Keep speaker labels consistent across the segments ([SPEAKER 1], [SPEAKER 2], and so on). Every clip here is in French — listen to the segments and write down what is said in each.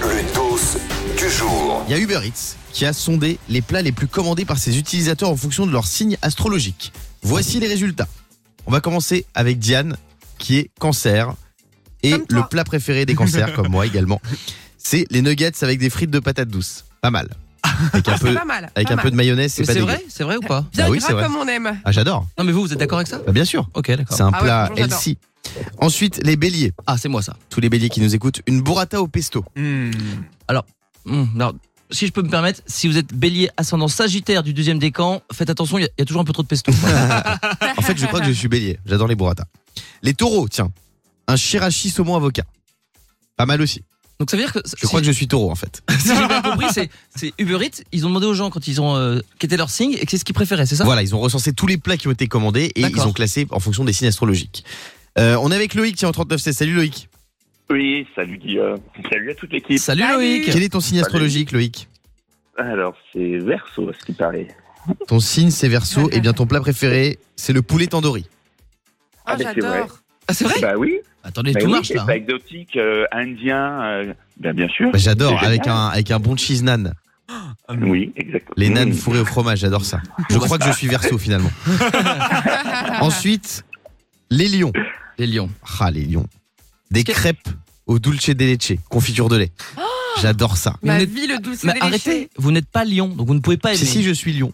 [SPEAKER 1] Le dos du jour.
[SPEAKER 2] Il y a Uber Eats qui a sondé les plats les plus commandés par ses utilisateurs en fonction de leur signe astrologique. Voici les résultats. On va commencer avec Diane, qui est cancer. Et
[SPEAKER 3] Comme toi.
[SPEAKER 2] le plat préféré des cancers, comme moi également, c'est les nuggets avec des frites de patates douces. Pas mal. Avec un peu,
[SPEAKER 3] Ah, C'est pas mal.
[SPEAKER 2] avec
[SPEAKER 3] pas
[SPEAKER 2] un peu
[SPEAKER 3] mal.
[SPEAKER 2] de mayonnaise, c'est
[SPEAKER 4] Mais
[SPEAKER 2] pas
[SPEAKER 4] C'est
[SPEAKER 2] dégueu.
[SPEAKER 4] vrai C'est vrai ou pas
[SPEAKER 3] Bien
[SPEAKER 2] Bah oui,
[SPEAKER 3] gras
[SPEAKER 2] c'est vrai.
[SPEAKER 3] comme on aime.
[SPEAKER 2] Ah, j'adore.
[SPEAKER 4] Non mais vous, vous êtes d'accord avec ça
[SPEAKER 2] Bah, bien sûr.
[SPEAKER 4] Ok, d'accord.
[SPEAKER 2] C'est un
[SPEAKER 3] Ah ouais,
[SPEAKER 2] plat
[SPEAKER 3] franchement, j'adore.
[SPEAKER 2] healthy. Ensuite, les béliers.
[SPEAKER 4] Ah, c'est moi ça.
[SPEAKER 2] Tous les béliers qui nous écoutent, une burrata au pesto.
[SPEAKER 5] Hmm.
[SPEAKER 4] Hum, alors, si je peux me permettre, si vous êtes bélier ascendant sagittaire du deuxième décan, faites attention, il y, a- il y a toujours un peu trop de pesto.
[SPEAKER 2] En fait, je crois que je suis bélier. J'adore les burratas. Les taureaux, tiens. Un shirashi saumon avocat. Pas mal aussi.
[SPEAKER 4] Donc ça veut dire que,
[SPEAKER 2] Je crois que je suis taureau en fait.
[SPEAKER 4] si j'ai bien compris, c'est- c'est Uber Eats, ils ont demandé aux gens quand ils ont euh, qui était leur signe et que c'est ce qu'ils préféraient, c'est ça
[SPEAKER 2] Voilà, ils ont recensé tous les plats qui ont été commandés et
[SPEAKER 4] D'accord.
[SPEAKER 2] ils ont classé en fonction des signes astrologiques. Euh, on est avec Loïc qui est en 39C. Salut Loïc.
[SPEAKER 6] Oui, salut Guillaume. Salut à toute l'équipe.
[SPEAKER 4] Salut,
[SPEAKER 3] Salut.
[SPEAKER 4] Loïc
[SPEAKER 2] Quel est ton signe
[SPEAKER 6] Salut.
[SPEAKER 2] astrologique Loïc
[SPEAKER 6] Alors, c'est verso, à ce qui paraît.
[SPEAKER 2] Ton signe c'est verso et bien ton plat préféré c'est le poulet tandoori.
[SPEAKER 3] Ah,
[SPEAKER 6] Ah, mais c'est vrai.
[SPEAKER 3] j'adore.
[SPEAKER 4] Ah, c'est vrai
[SPEAKER 6] Bah oui,
[SPEAKER 4] Attendez,
[SPEAKER 6] bah
[SPEAKER 4] tout
[SPEAKER 6] oui,
[SPEAKER 4] marche
[SPEAKER 6] c'est
[SPEAKER 4] là. hein.
[SPEAKER 6] pas exotique, euh, indien, euh, ben, bien sûr.
[SPEAKER 2] Bah, j'adore
[SPEAKER 6] C'est
[SPEAKER 2] avec
[SPEAKER 6] génial.
[SPEAKER 2] un, avec un bon cheese nan.
[SPEAKER 6] Oui, exactement.
[SPEAKER 2] Les nanes
[SPEAKER 6] Mmh.
[SPEAKER 2] fourrées au fromage, j'adore ça. Je crois que je suis verso finalement.
[SPEAKER 3] Ah,
[SPEAKER 2] Ensuite, les lions.
[SPEAKER 4] Les lions.
[SPEAKER 2] Ah les lions. Des
[SPEAKER 4] Qu'est-
[SPEAKER 2] crêpes au dulce de leche, confiture de lait. J'adore ça.
[SPEAKER 4] Mais on
[SPEAKER 3] Ma
[SPEAKER 4] est-
[SPEAKER 3] vie, le douce et
[SPEAKER 4] Mais
[SPEAKER 3] déléché.
[SPEAKER 4] arrêtez, vous n'êtes pas lion, donc vous ne pouvez pas aimer.
[SPEAKER 2] Si si je suis lion.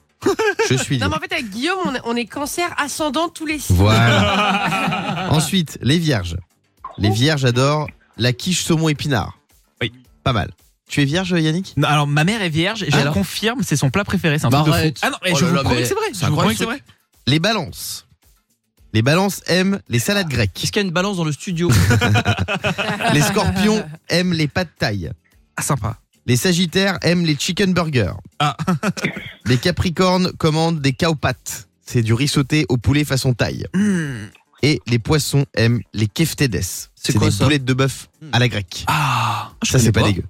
[SPEAKER 2] Je suis lion.
[SPEAKER 3] Non, mais en fait, avec Guillaume, on est, on est cancer ascendant tous les six.
[SPEAKER 2] Voilà. Ensuite, les vierges. Les vierges adorent la quiche saumon épinard.
[SPEAKER 5] Oui.
[SPEAKER 2] Pas mal. Tu es vierge, Yannick
[SPEAKER 5] Non, alors ma mère est vierge et je
[SPEAKER 4] Ah,
[SPEAKER 5] le
[SPEAKER 4] alors
[SPEAKER 5] confirme, c'est son plat préféré, c'est un
[SPEAKER 4] Bah,
[SPEAKER 5] truc de fou.
[SPEAKER 4] arrête.
[SPEAKER 5] Ah non, eh,
[SPEAKER 4] Oh
[SPEAKER 5] je
[SPEAKER 4] là
[SPEAKER 5] vous
[SPEAKER 4] là,
[SPEAKER 5] promets
[SPEAKER 4] mais
[SPEAKER 5] que c'est vrai. Je vous
[SPEAKER 4] incroyable,
[SPEAKER 5] promets que
[SPEAKER 4] ce
[SPEAKER 5] c'est vrai.
[SPEAKER 2] Les balances. Les balances aiment les salades grecques.
[SPEAKER 4] Est-ce qu'il y a une balance dans le studio
[SPEAKER 2] Les scorpions aiment les pâtes taille.
[SPEAKER 5] Ah sympa.
[SPEAKER 2] Les sagittaires aiment les chicken burgers.
[SPEAKER 5] Ah.
[SPEAKER 2] les capricornes commandent des cowpats. C'est du riz sauté au poulet façon taille.
[SPEAKER 5] Hmm.
[SPEAKER 2] Et les poissons aiment les keftedes. C'est
[SPEAKER 4] quoi,
[SPEAKER 2] des
[SPEAKER 4] ça
[SPEAKER 2] boulettes de bœuf à la grecque.
[SPEAKER 5] Ah.
[SPEAKER 4] Je
[SPEAKER 2] ça, c'est
[SPEAKER 4] connais
[SPEAKER 2] pas dégueu.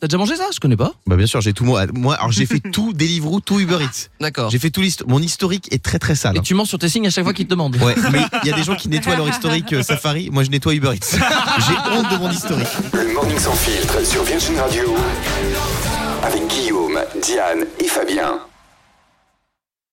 [SPEAKER 4] T'as déjà mangé ça Je connais pas.
[SPEAKER 2] Bah, bien sûr, j'ai tout. Moi, moi, alors j'ai fait tout Deliveroo, tout Uber Eats.
[SPEAKER 4] D'accord.
[SPEAKER 2] J'ai fait tout l'histoire. Mon historique est très très sale.
[SPEAKER 4] Et tu mens sur tes signes à chaque fois qu'ils te demandent.
[SPEAKER 2] Ouais, mais il y a des gens qui nettoient leur historique euh, Safari. Moi, je nettoie Uber Eats. J'ai honte de mon historique.
[SPEAKER 1] Le morning sans filtre sur Virgin Radio. Avec Guillaume, Diane et Fabien.